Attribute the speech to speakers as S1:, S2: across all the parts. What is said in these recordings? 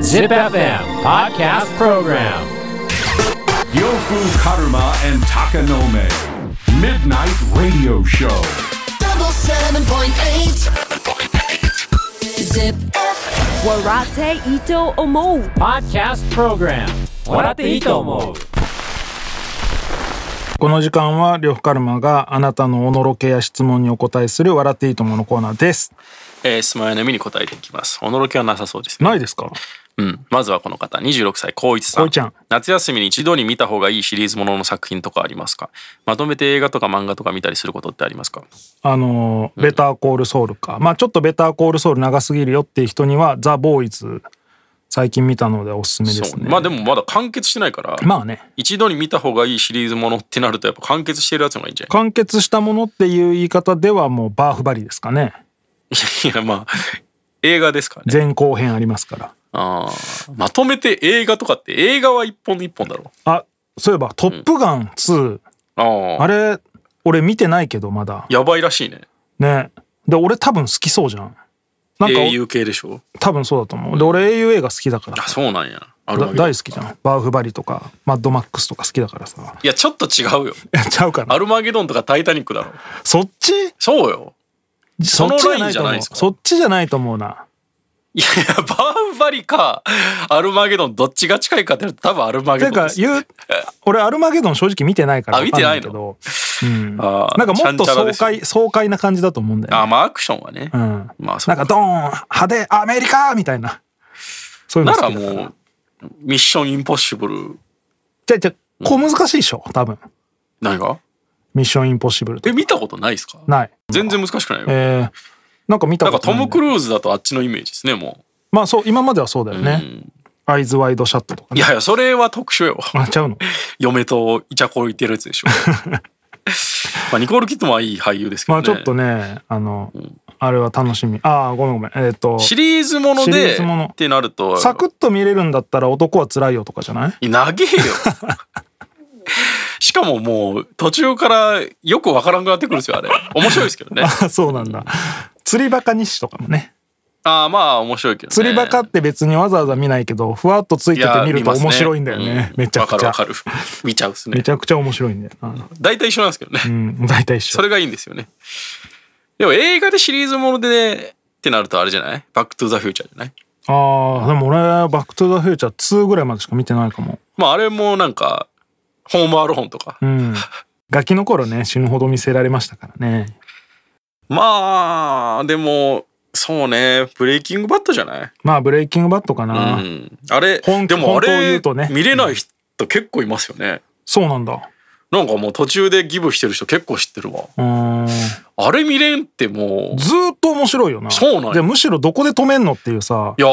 S1: Zip FM Podcast Program
S2: Yofu Karuma and Takanome. Midnight Radio Show.
S3: double seven point eight. Zip.
S4: Warate Ito Omo.
S1: Podcast Program 笑っていいと思う
S5: この時間は呂布カルマがあなたのおのろけや質問にお答えする笑っていいとものコーナーです
S6: えー質問や悩みに答えていきます。驚きはなさそうですね。
S5: ないですか
S6: うん。まずはこの方、26歳、光一さ
S5: 光
S6: ん。
S5: 一ちゃん
S6: 夏休みに一度に見た方がいいシリーズものの作品とかありますかまとめて映画とか漫画とか見たりすることってありますか
S5: あのーベターコールソウルか、まあちょっとベターコールソウル長すぎるよっていう人にはザ・ボーイズ最近見たのでおすすめです
S6: そう
S5: ね
S6: まあでもまだ完結してないから、
S5: まあね
S6: 一度に見た方がいいシリーズものってなるとやっぱ完結してるやつの方がいいんじゃない
S5: 完結したものっていう言い方ではもうバーフバリですかね
S6: いやいやまあ、映画ですからね。
S5: 前後編ありますから
S6: あーまとめて映画とかって映画は一本で一本だろ。
S5: あそういえば「トップガン2」
S6: あ
S5: あ
S6: あ。
S5: れ俺見てないけどまだ
S6: やばいらしいね。
S5: ねで俺多分好きそうじゃんなんか
S6: 英雄系でしょ
S5: 多分そうだと思うで俺 AUA が好きだから
S6: あ、そうなんや。ある
S5: だ大好きじゃんバーフバリとかマッドマックスとか好きだからさ
S6: いや、ちょっと違うよ。
S5: やっちゃうかな
S6: アルマゲドンとかタイタニックだろ。
S5: そっち
S6: そうよ。
S5: そ
S6: そ
S5: っ
S6: の
S5: ちじゃ
S6: ライ
S5: な
S6: ン
S5: い
S6: じ
S5: と
S6: ゃない
S5: 思う
S6: ですか
S5: そっちじゃないと思うない
S6: やいや、バーフバリか、アルマゲドン、どっちが近いかって言うと多分アルマゲ
S5: てい
S6: ドン
S5: うか
S6: です。
S5: 言う俺アルマゲドン正直見てないから
S6: あ見てな
S5: わかんない
S6: いの
S5: けど、うん、
S6: あー
S5: なんかもっと
S6: ちゃんちゃら
S5: 爽
S6: ですよ
S5: 快爽快な感じだと思うんだよ、
S6: あ、
S5: ね
S6: まあアクションはね。
S5: うん、
S6: まあそ
S5: な
S6: うんか
S5: かドーン派手アメリカみたいなそういうの
S6: な
S5: 好
S6: ら
S5: きだから
S6: もう、ミッションインポッシブル、
S5: じゃあじゃあ小難しいでしょ多分
S6: 何が
S5: ミッションインポッシブルと
S6: え、見たことないですか
S5: ない
S6: 全然難しくないよ。
S5: えー、なんか見た
S6: なん
S5: こ
S6: か
S5: と
S6: ト
S5: ない
S6: ム・
S5: んだよ
S6: クルーズだとあっちのイメージですね、も
S5: まあそう今まではそうだよ
S6: う。う
S5: ね、
S6: ん
S5: アイズワイドシャットとか
S6: い
S5: ね
S6: やいや、それは特殊よ。
S5: あちゃうの
S6: 嫁とイチャコいてるや つでしょ。まあ、ニコール・キッドマンはいい俳優ですけ
S5: ま
S6: ど
S5: あち
S6: ね。
S5: ょっとね、あの、あれは楽しみ。ああ、ごめんごめん。えっ、と、
S6: シリーズもの
S5: シリ
S6: で
S5: ーズもの
S6: ってなると、
S5: サクッと見れるんだったら男は辛いよとかじゃない
S6: いや長えよ。しかももう途中からよくわからんくなってくるんですよ、あれ。面白いですけど ね。
S5: あそうなんだ。釣りバカ西とかもね。
S6: ああ、まあ面白いけどね。
S5: 釣りバカって別にわざわざ見ないけど、ふわっとつい
S6: い
S5: てて
S6: や
S5: 見ると
S6: ますね
S5: 面白いんだよね。
S6: う
S5: めちゃくちゃ
S6: わかるわかる。見ちゃうっす
S5: め
S6: ね
S5: ち。ゃくちゃ面白いんだよな。
S6: 大体一緒なんですけどね
S5: う。ん、大体一緒
S6: そ。れがいいんですよね。でも映画でシリーズもので、ってなるとあれじゃないバックトゥザフューチャーじゃない
S5: ああ、でも俺、バックトゥザフューチャー2ぐらいまでしか見てないかも。
S6: まああれもなんか、ホームアローンとか。
S5: うん。ガキの頃ね、死ぬほど見せられましたからね。
S6: まあ、でも、そうね、ブレイキングバットじゃない
S5: まあ、ブレイキングバットかな。
S6: うん。あれ、
S5: 本
S6: でもあ
S5: 本当を言
S6: れ、
S5: うとね
S6: 見れない人結構いますよね。
S5: そうなんだ。
S6: なんかもう途中でギブしてる人結構知ってるわ。
S5: うーん。
S6: あれ見れんっても
S5: ずーっと面白いよな。
S6: そうなんよ
S5: でむしろどこで止めんのっていうさ
S6: う、い、や、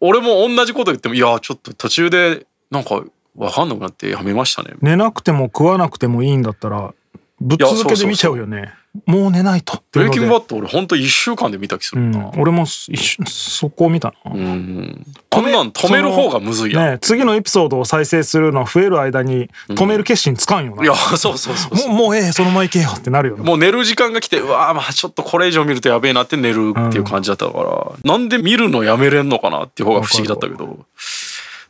S6: 俺も同じこと言っても、いや、ちょっと途中で、なんか、わかんなくなってやめましたね。
S5: 寝なくても食わなくてもいいんだったら、ぶっ続けで見ちゃうよね。もう寝ないとって
S6: ブ
S5: いう
S6: レ
S5: の
S6: イ
S5: で。
S6: キングバット俺ほんと1週間で見た気す
S5: う
S6: る
S5: ん
S6: な。、
S5: 俺も一瞬そこを見たな。
S6: うん。こんなん止める方がむずいやん。
S5: ね次のエピソードを再生するのは増える間に止める決心つかんよな。
S6: いや、そうそうそうそう。
S5: もう、もうええ、そのまま行けよってなるよな。
S6: もう寝る時間が来て、うわーまあちょっとこれ以上見るとやべえなって寝るっていう感じだったから、なんで見るのやめれんのかなっていう方が不思議だったけど。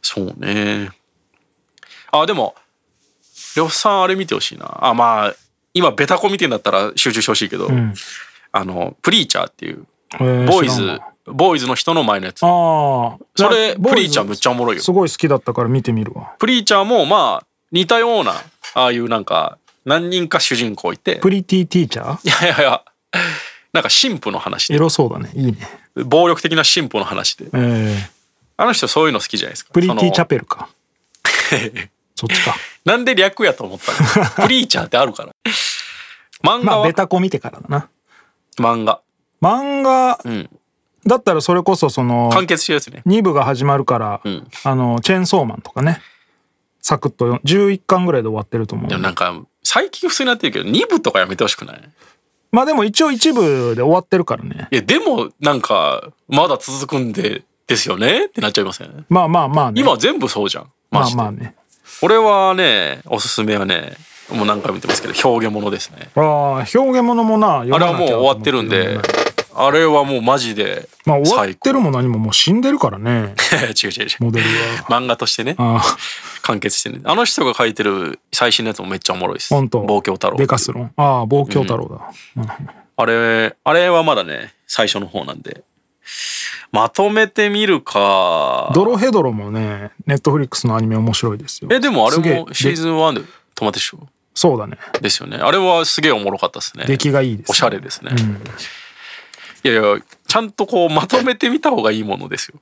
S6: そうね。あ、でも、呂布さんあれ見てほしいな。あ、まあ、今ベタコ見てんだったら集中してほしいけど、
S5: ん
S6: あの、プリーチャーっていう、
S5: えー
S6: ボーイ
S5: 知らん
S6: ズ
S5: わ、
S6: ボーイズの人の前のやつ。
S5: ああ。
S6: それ、
S5: ボー
S6: プリ
S5: イ
S6: ー
S5: ズ
S6: チャーむっちゃおもろいよ
S5: す。ごい好きだったから見てみるわ。
S6: プリーチャーもまあ、似たような、ああいうなんか、何人か主人公いて、
S5: プリティティーチャー
S6: いやいやいや、なんか神父の話で
S5: エロそうだね。いいね。
S6: 暴力的な神父の話で
S5: えー、
S6: あの人そういうの好きじゃないですか
S5: プリティチャ
S6: そ
S5: ペル か。
S6: の
S5: そっちか。
S6: なんで略やと思った のプリーチャーってあるから漫
S5: ま
S6: 画
S5: あ、
S6: は、
S5: ベタコ見てからだな。
S6: 漫画
S5: 漫画
S6: うん
S5: だったらそれこそその
S6: 完結してるやつね
S5: 2部が始まるから、
S6: ん
S5: あのチェーンソーマンとかねサクッとよ11巻ぐらいで終わってると思
S6: で
S5: う
S6: もなんか最近普通になってるけど2部とかやめてほしくない
S5: まあでも一応一部で終わってるからね
S6: いやでもなんかまだ続くんでですよねってなっちゃいますよね
S5: まあまあまあね
S6: 今全部そうじゃん
S5: ま
S6: マ
S5: あ
S6: ジで、
S5: まあね
S6: 俺はねおすすめはねもう何回も言ってますけど表現ものですね
S5: ああ表現物もな
S6: あ
S5: 読
S6: れ
S5: ま
S6: は
S5: な
S6: も
S5: き
S6: う
S5: ゃ
S6: 終わってるんであれはもうマジで
S5: まあ終わっ
S6: 最高
S5: てるも何ももう死んでるからね
S6: 違う違う違う
S5: モデル
S6: 漫画としてね
S5: はああ
S6: 完結してねあの人が書いてる最新のやつもめっちゃおもろいです
S5: 本当
S6: 望郷太郎
S5: デカスロンああ望郷太郎だ、
S6: あれあれはまだね最初の方なんでまとめてみるか
S5: ドロヘドロもねネットフリックスのアニメ面白いですよ
S6: えでもあれ
S5: すげえ
S6: もシー
S5: で
S6: ズン1で止まってっしょ
S5: そうだね
S6: ですよねあれはすげえおもろかったですね
S5: 出来がいいですね
S6: おしゃれですね、いやいやちゃんとこうまとめてみた方がいいものですよ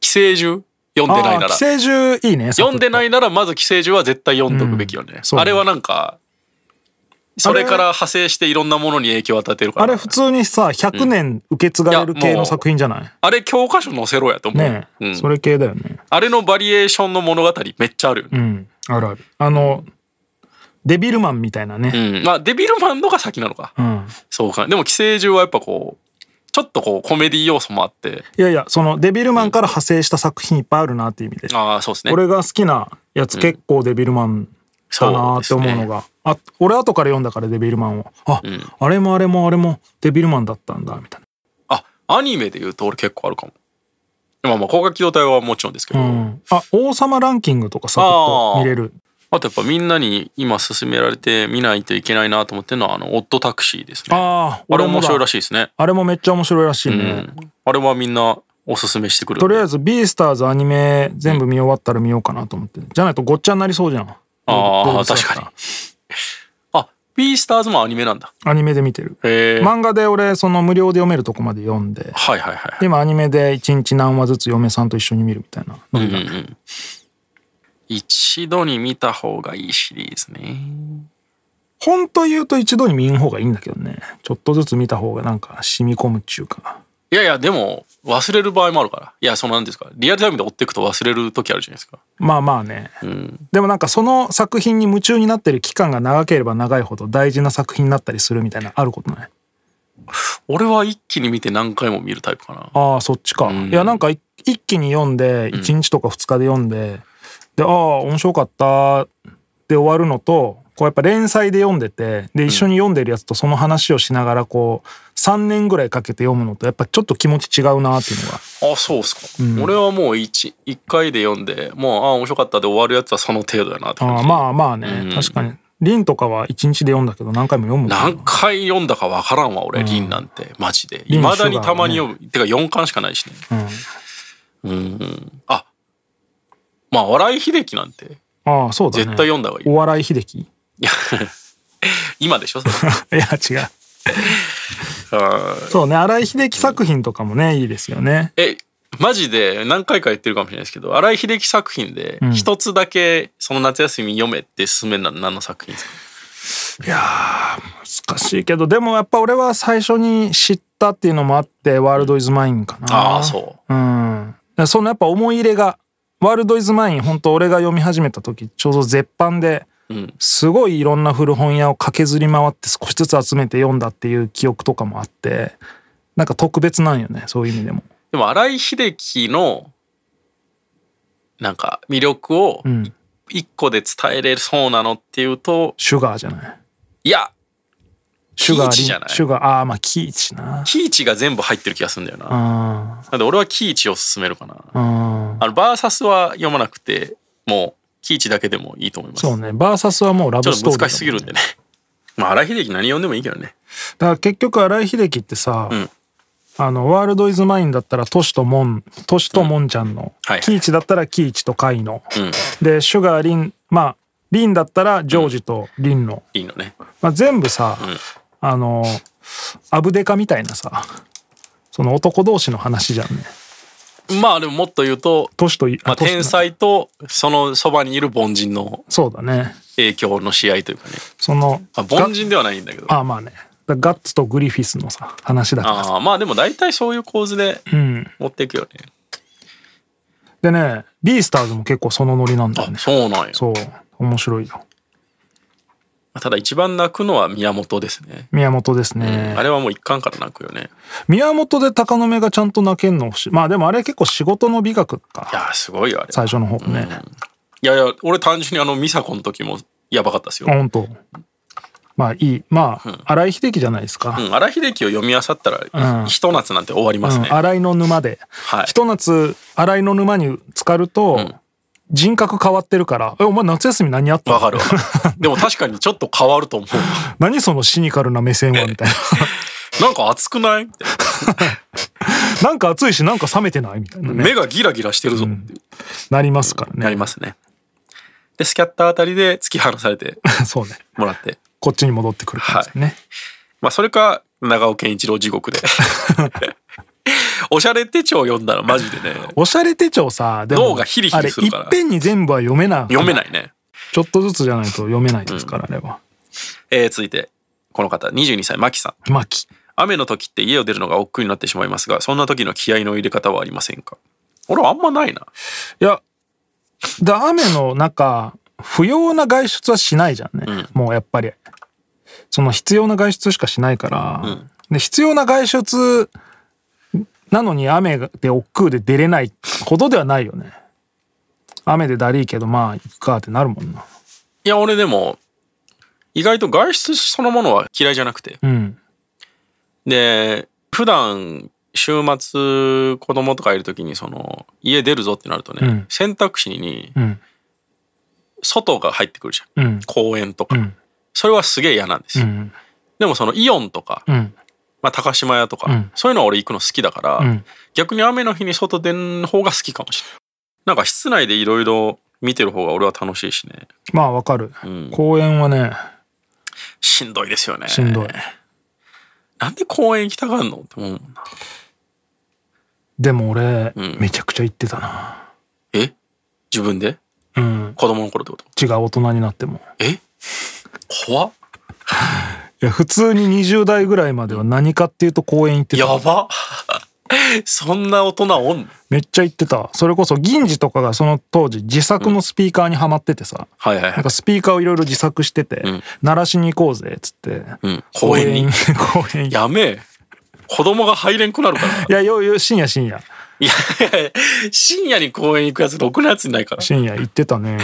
S6: 寄生獣読んでない
S5: ああ
S6: なら
S5: 寄生獣いいね
S6: 読んでないいならまず寄生獣は絶対読んどくべきよね,、
S5: そうね
S6: あれはなんかそれから派生していろんなものに影響を与えてるから
S5: あれ普通にさ100年受け継がれる
S6: い
S5: 系
S6: やも
S5: の
S6: う
S5: 作品じゃない
S6: あれ教科書載せろやと思う、
S5: ねえ、
S6: うん
S5: それ系だよね
S6: あれのバリエーションの物語めっちゃあるよ
S5: う
S6: ね、
S5: んあるあるあのデビルマンみたいなね、
S6: うんまあデビルマンのが先なのか、
S5: うん、
S6: そうかでも寄生獣はやっぱこうちょっとこうコメディ要素もあって
S5: いやいやそのデビルマンから派生した作品いっぱいあるなっていう意味で、
S6: ああそうですね
S5: 俺が好きなやつ結構デビルマンだなーって思うのが、あ俺後から読んだからデビルマンをあ、あれもあれもあれもデビルマンだったんだみたい
S6: あアニメで言うと俺結構あるかもまあまあ高架機動隊はもちろんですけど、
S5: な、うん、あ王様ランキングとかさち
S6: あ
S5: ょ
S6: ー
S5: っと見れる
S6: あとやっぱみんなに今勧められて見ないといけないなと思ってるのはあのオットタクシーですね
S5: あー
S6: あれ
S5: 俺も
S6: 面
S5: だ
S6: 白いらしいですね、
S5: あれもめっちゃ面白いらしいね、
S6: うん、あれはみんなおすすめしてくる
S5: とりあえず「ビースターズ」アニメ全部見終わったら見ようかなと思ってじゃないとごっちゃになりそうじゃん
S6: あ
S5: 動
S6: あ
S5: 物だっ
S6: 確
S5: たら
S6: かにあビースターズもアニメなんだ
S5: アニメで見てる
S6: へえ、
S5: 漫画で俺その無料で読めるとこまで読んで
S6: はいはいはい
S5: 今アニメで1日何話ずつ嫁さんと一緒に見るみたいなのになって
S6: 一度に見た方がいいシリーズね
S5: 本当言うと一度に見ん方がいいんだけどねちょっとずつ見た方がなんか染み込むっちゅうか
S6: いやいやでも忘れる場合もあるからいやそのなんですかリアルタイムで追っていくと忘れる時あるじゃないですか
S5: まあまあね、
S6: ん
S5: でもなんかその作品に夢中になってる期間が長ければ長いほど大事な作品になったりするみたいなあることない
S6: 俺は一気に見て何回も見るタイプかな
S5: ああそっちか、
S6: ん
S5: いやなんかい一気に読んで1日とか2日で読んで、でああ面白かったで終わるのとこうやっぱ連載で読んでてで一緒に読んでるやつとその話をしながらこう3年ぐらいかけて読むのとやっぱちょっと気持ち違うなっていうのが
S6: あそうっすか、俺はもう一一回で読んでもうあ面白かったで終わるやつはその程度やなって感
S5: ああ
S6: じ
S5: まあまあね、
S6: うん
S5: 確かにリンとかは一日で読んだけど何回も読むから
S6: 何回読んだか分からんわ俺、リンなんてマジで
S5: リ
S6: い
S5: ン
S6: まだにたまに読む、てか4巻しかないしねうんうんあまあ笑い秀樹なんて
S5: ああそうだね
S6: 絶対読んだ方がいい、
S5: お笑い秀樹 い
S6: 今 でしょそれ
S5: や違う
S6: あー
S5: そうね荒井秀樹作品とかもねいいですよね
S6: えマジで何回か言ってるかもしれないですけど新井秀樹作品で一つだけその夏休み読めって勧めるのは何の作品ですか、
S5: 難しいけどでもやっぱ俺は最初に知ったっていうのもあって「ワールド・イズ・マイン」かな
S6: ああそう
S5: ううんそのやっぱ思い入れが「ワールド・イズ・マイン」本当俺が読み始めた時ちょうど絶版で
S6: ん
S5: すごいいろんな古本屋を駆けずり回って少しずつ集めて読んだっていう記憶とかもあってなんか特別なんよねそういう意味でも
S6: でも新井秀樹のなんか魅力を
S5: ん
S6: 一個で伝えれそうなのっていうと、
S5: シュガーじゃない
S6: いや
S5: シュガー
S6: キイチ
S5: リン
S6: じゃない
S5: シュガーああまあキイチな
S6: キーチが全部入ってる気がするんだよな。
S5: あ
S6: なんで俺はキーチを勧めるかな。
S5: ーあー
S6: あのバーサスは読まなくてもうキーチだけでもいいと思います。
S5: そうねバーサスはもうラ
S6: ちょ
S5: ブ
S6: っ
S5: ス
S6: と
S5: トーリーだもんね
S6: 難しすぎるんでね。まあ新井秀樹何読んでもいいけどね。
S5: だから結局新井秀樹ってさ、
S6: ん
S5: あのワールド・イズ・マインだったらトシとモントシとモンちゃんの、
S6: はい
S5: キイチだったらキイチとカイの、
S6: うん
S5: でシュガーリンまあリンだったらジョージとリンの、
S6: いいのね。
S5: まあ、全部さ、あのアブデカみたいなさその男同士の話じゃんね
S6: まあでももっと言うと、
S5: トシとい
S6: まあ、
S5: トシと
S6: 天才とそのそばにいる凡人の
S5: そうだね
S6: 影響の試合というかね。
S5: その
S6: まあ、凡人ではないんだけど。
S5: あまあねだガッツとグリフィスのさ話だからさ
S6: ああまあでも大体そういう構図で
S5: うん
S6: 持っていくよね。
S5: でねビースターズも結構そのノリなんだよ
S6: あ
S5: ね
S6: そうなんや。
S5: そう面白いよ
S6: ただ一番泣くのは宮本ですね。
S5: 宮本ですね、
S6: あれはもう一巻から泣くよね。
S5: 宮本で鷹の目がちゃんと泣けんの欲しいまあでもあれ結構仕事の美学
S6: いや
S5: か
S6: ーすごいよあれ。
S5: 最初の方ね、
S6: いやいや俺単純にあの美佐子の時もやばかったですよ。
S5: あ本当まあいいまあ、荒井秀樹じゃないですか、
S6: うん、荒井秀樹を読み漁ったら、
S5: うん
S6: ひと夏なんて終わりますね。
S5: うん洗いの沼で、
S6: はい
S5: ひと夏洗いの沼に浸かると、人格変わってるから「えお前夏休み何やっ
S6: わ
S5: た
S6: かるわか る。でも確かにちょっと変わると思 う。
S5: 何そのシニカルな目線は」みた いな
S6: なんか熱くないみたいな
S5: 「なんか暑いしなんか冷めてない」みたいなね
S6: 目がギラギラしてるぞって
S5: なりますからね
S6: なりますね。で、スキャッターあたりで突き放されて
S5: そうね
S6: もらって。
S5: こっちに戻ってくる感じですね、
S6: まあ、それか、長尾健一郎地 獄で。おしゃれ手帳読んだらマジでね、
S5: おしゃれ手帳さでも
S6: 脳がヒリヒリするから
S5: あれいっぺんに全部 は読めない
S6: 読めないいね。
S5: ちょっとずつじゃないと読めないですから、あれは
S6: えー続いて、この方、22歳、マキさん。
S5: まあき
S6: 雨の時って家を出るのが億劫になってしまいますが、そんな時の気合の入れ方はありませんか俺はあんまないな。
S5: いやで雨の中不要な外出はしないじゃんね、もうやっぱりその必要な外出しかしないから、で必要な外出なのに雨で億劫で出れないほどではないよね雨でだりいけどまあ行くかってなるもんない
S6: や、俺でも、意外と外出そのものは嫌いじゃなくて。
S5: うん
S6: で、普段、週末、子供とかいる時に、その、家出るぞってなるとね、
S5: うん
S6: 選択肢に
S5: うん
S6: 外が入ってくるじゃん。
S5: うん
S6: 公園とか。
S5: うん
S6: それはすげえ嫌なんです
S5: う
S6: よ。
S5: ん
S6: でもその、イオンとか、
S5: うん
S6: まあ、高島屋とか、
S5: うん
S6: そういうのは俺行くの好きだから、
S5: うん
S6: 逆に雨の日に外出ん方が好きかもしれない。なんか室内でいろいろ見てる方が俺は楽しいしね。
S5: まあわかる、
S6: ん
S5: 公園はね
S6: しんどいですよね。
S5: しんどい、
S6: なんで公園行きたがんのって思うもんな。
S5: でも俺、
S6: ん
S5: めちゃくちゃ行ってたな
S6: え自分で
S5: うん
S6: 子供の頃ってこと
S5: 違う大人になっても
S6: え怖っ
S5: いや普通に20代ぐらいまでは何かっていうと公園行ってた
S6: やば そんな大人おんの
S5: めっちゃ行ってたそれこそ銀次とかがその当時自作のスピーカーにはまっててさ、
S6: はいはいは
S5: ないんか。スピーカーをいろいろ自作してて、鳴らしに行こうぜっつって、
S6: うん、公園に。
S5: 公園公園いや
S6: やめえ。子供が入れんくなるから。
S5: いやようよう深夜深夜
S6: いやいやいや深夜に公園行くやつろくなやついないから。
S5: 深夜行ってたね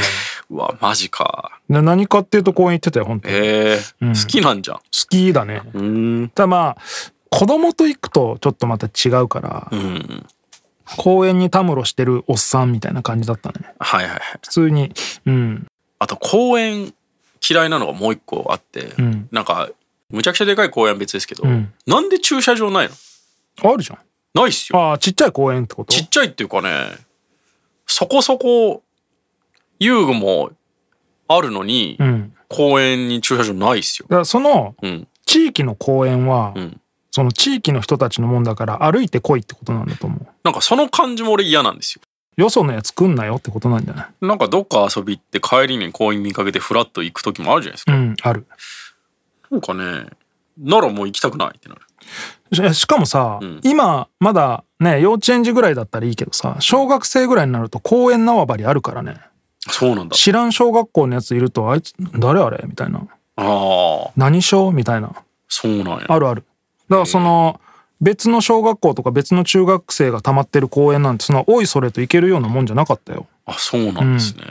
S6: うわ、マジか。
S5: で何かっていうと公園行ってたよ本当に好
S6: ええ好きなんじゃん。
S5: きだね
S6: うん。
S5: ただまあ子供と行くとちょっとまた違うから、
S6: うん。
S5: 公園にたむろしてるおっさんみたいな感じだったね
S6: はいはいはい。
S5: 普通にうん
S6: あと公園嫌いなのがもう一個あって、
S5: ん
S6: なんかむちゃくちゃでかい公園は別ですけど、
S5: ん
S6: なんで駐車場ないの
S5: あるじゃん
S6: ないっすよ。
S5: ああちっちゃい公園ってこと
S6: ちっちゃいっていうかね、そこそこ遊具もあるのに、
S5: うん
S6: 公園に駐車場ないっすよ。
S5: だからその
S6: うん。
S5: 地域の公園は、
S6: ん
S5: その地域の人たちのもんだから歩いてこいってことなんだと思う
S6: なんかその感じも俺嫌なんですよ。
S5: よそのやつ来んなよってことなんじゃない
S6: なんかどっか遊び行って帰りに公園見かけてフラッと行く時もあるじゃないですか。
S5: うんある
S6: なんかね、ならもう行きたくないってなる。
S5: ししかもさ、
S6: ん
S5: 今まだね幼稚園児ぐらいだったらいいけどさ小学生ぐらいになると公園縄張りあるからね
S6: そうなんだ。
S5: 知らん小学校のやついるとあいつ誰あれみたいな
S6: ああ、
S5: 何小みたいな
S6: そうなんや。
S5: あるあるだからその別の小学校とか別の中学生が溜まってる公園なんてそのおいそれと行けるようなもんじゃなかったよ
S6: あ、そうなんですね。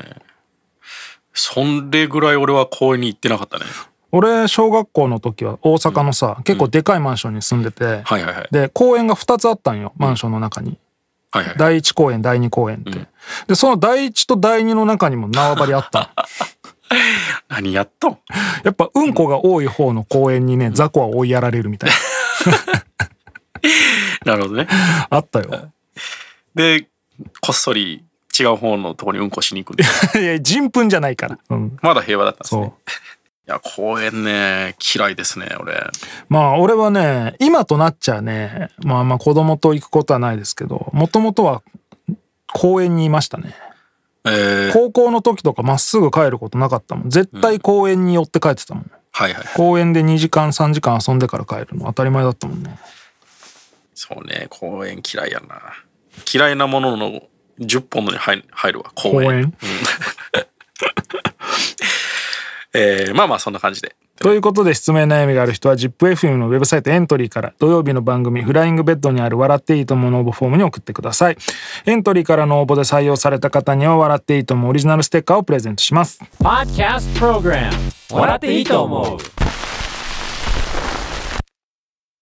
S6: それぐらい俺は公園に行ってなかったね。
S5: 俺小学校の時は大阪のさ、結構でかいマンションに住んでて、
S6: はいはいはい。
S5: で公園が2つあったんよマンションの中に、
S6: はいはい。
S5: 第1公園第2公園って、でその第1と第2の中にも縄張りあった の
S6: 何やったん
S5: やっぱうんこが多い方の公園にね雑魚は追いやられるみたい
S6: なるほどね。
S5: なあったよ
S6: で、こっそり違う方のとこにうんこしに行くんです。
S5: いや人糞じゃないから、うん、
S6: まだ平和だったんです
S5: そう
S6: ね。いや、公園ね、嫌いですね、俺。
S5: まあ俺はね今となっちゃねまあまあ子供と行くことはないですけどもともとは公園にいましたね
S6: えー、
S5: 高校の時とかまっすぐ帰ることなかったもん絶対公園に寄って帰ってたもん、
S6: はいはい。
S5: 公園で2時間3時間遊んでから帰るの当たり前だったもんね
S6: そうね、公園嫌いやな。嫌いなものの10本のに入入るわ、公
S5: 公
S6: 園。
S5: 園
S6: えー、まあまあそんな感じで。
S5: ということで質問や悩みがある人は ZIPFM のウェブサイトエントリーから土曜日の番組「フライングベッド」にある「笑っていいとも」の応募フォームに送ってくださいエントリーからの応募で採用された方には「笑っていいとも」オリジナルステッカーをプレゼントします
S1: Podcast Program 笑っていいと思う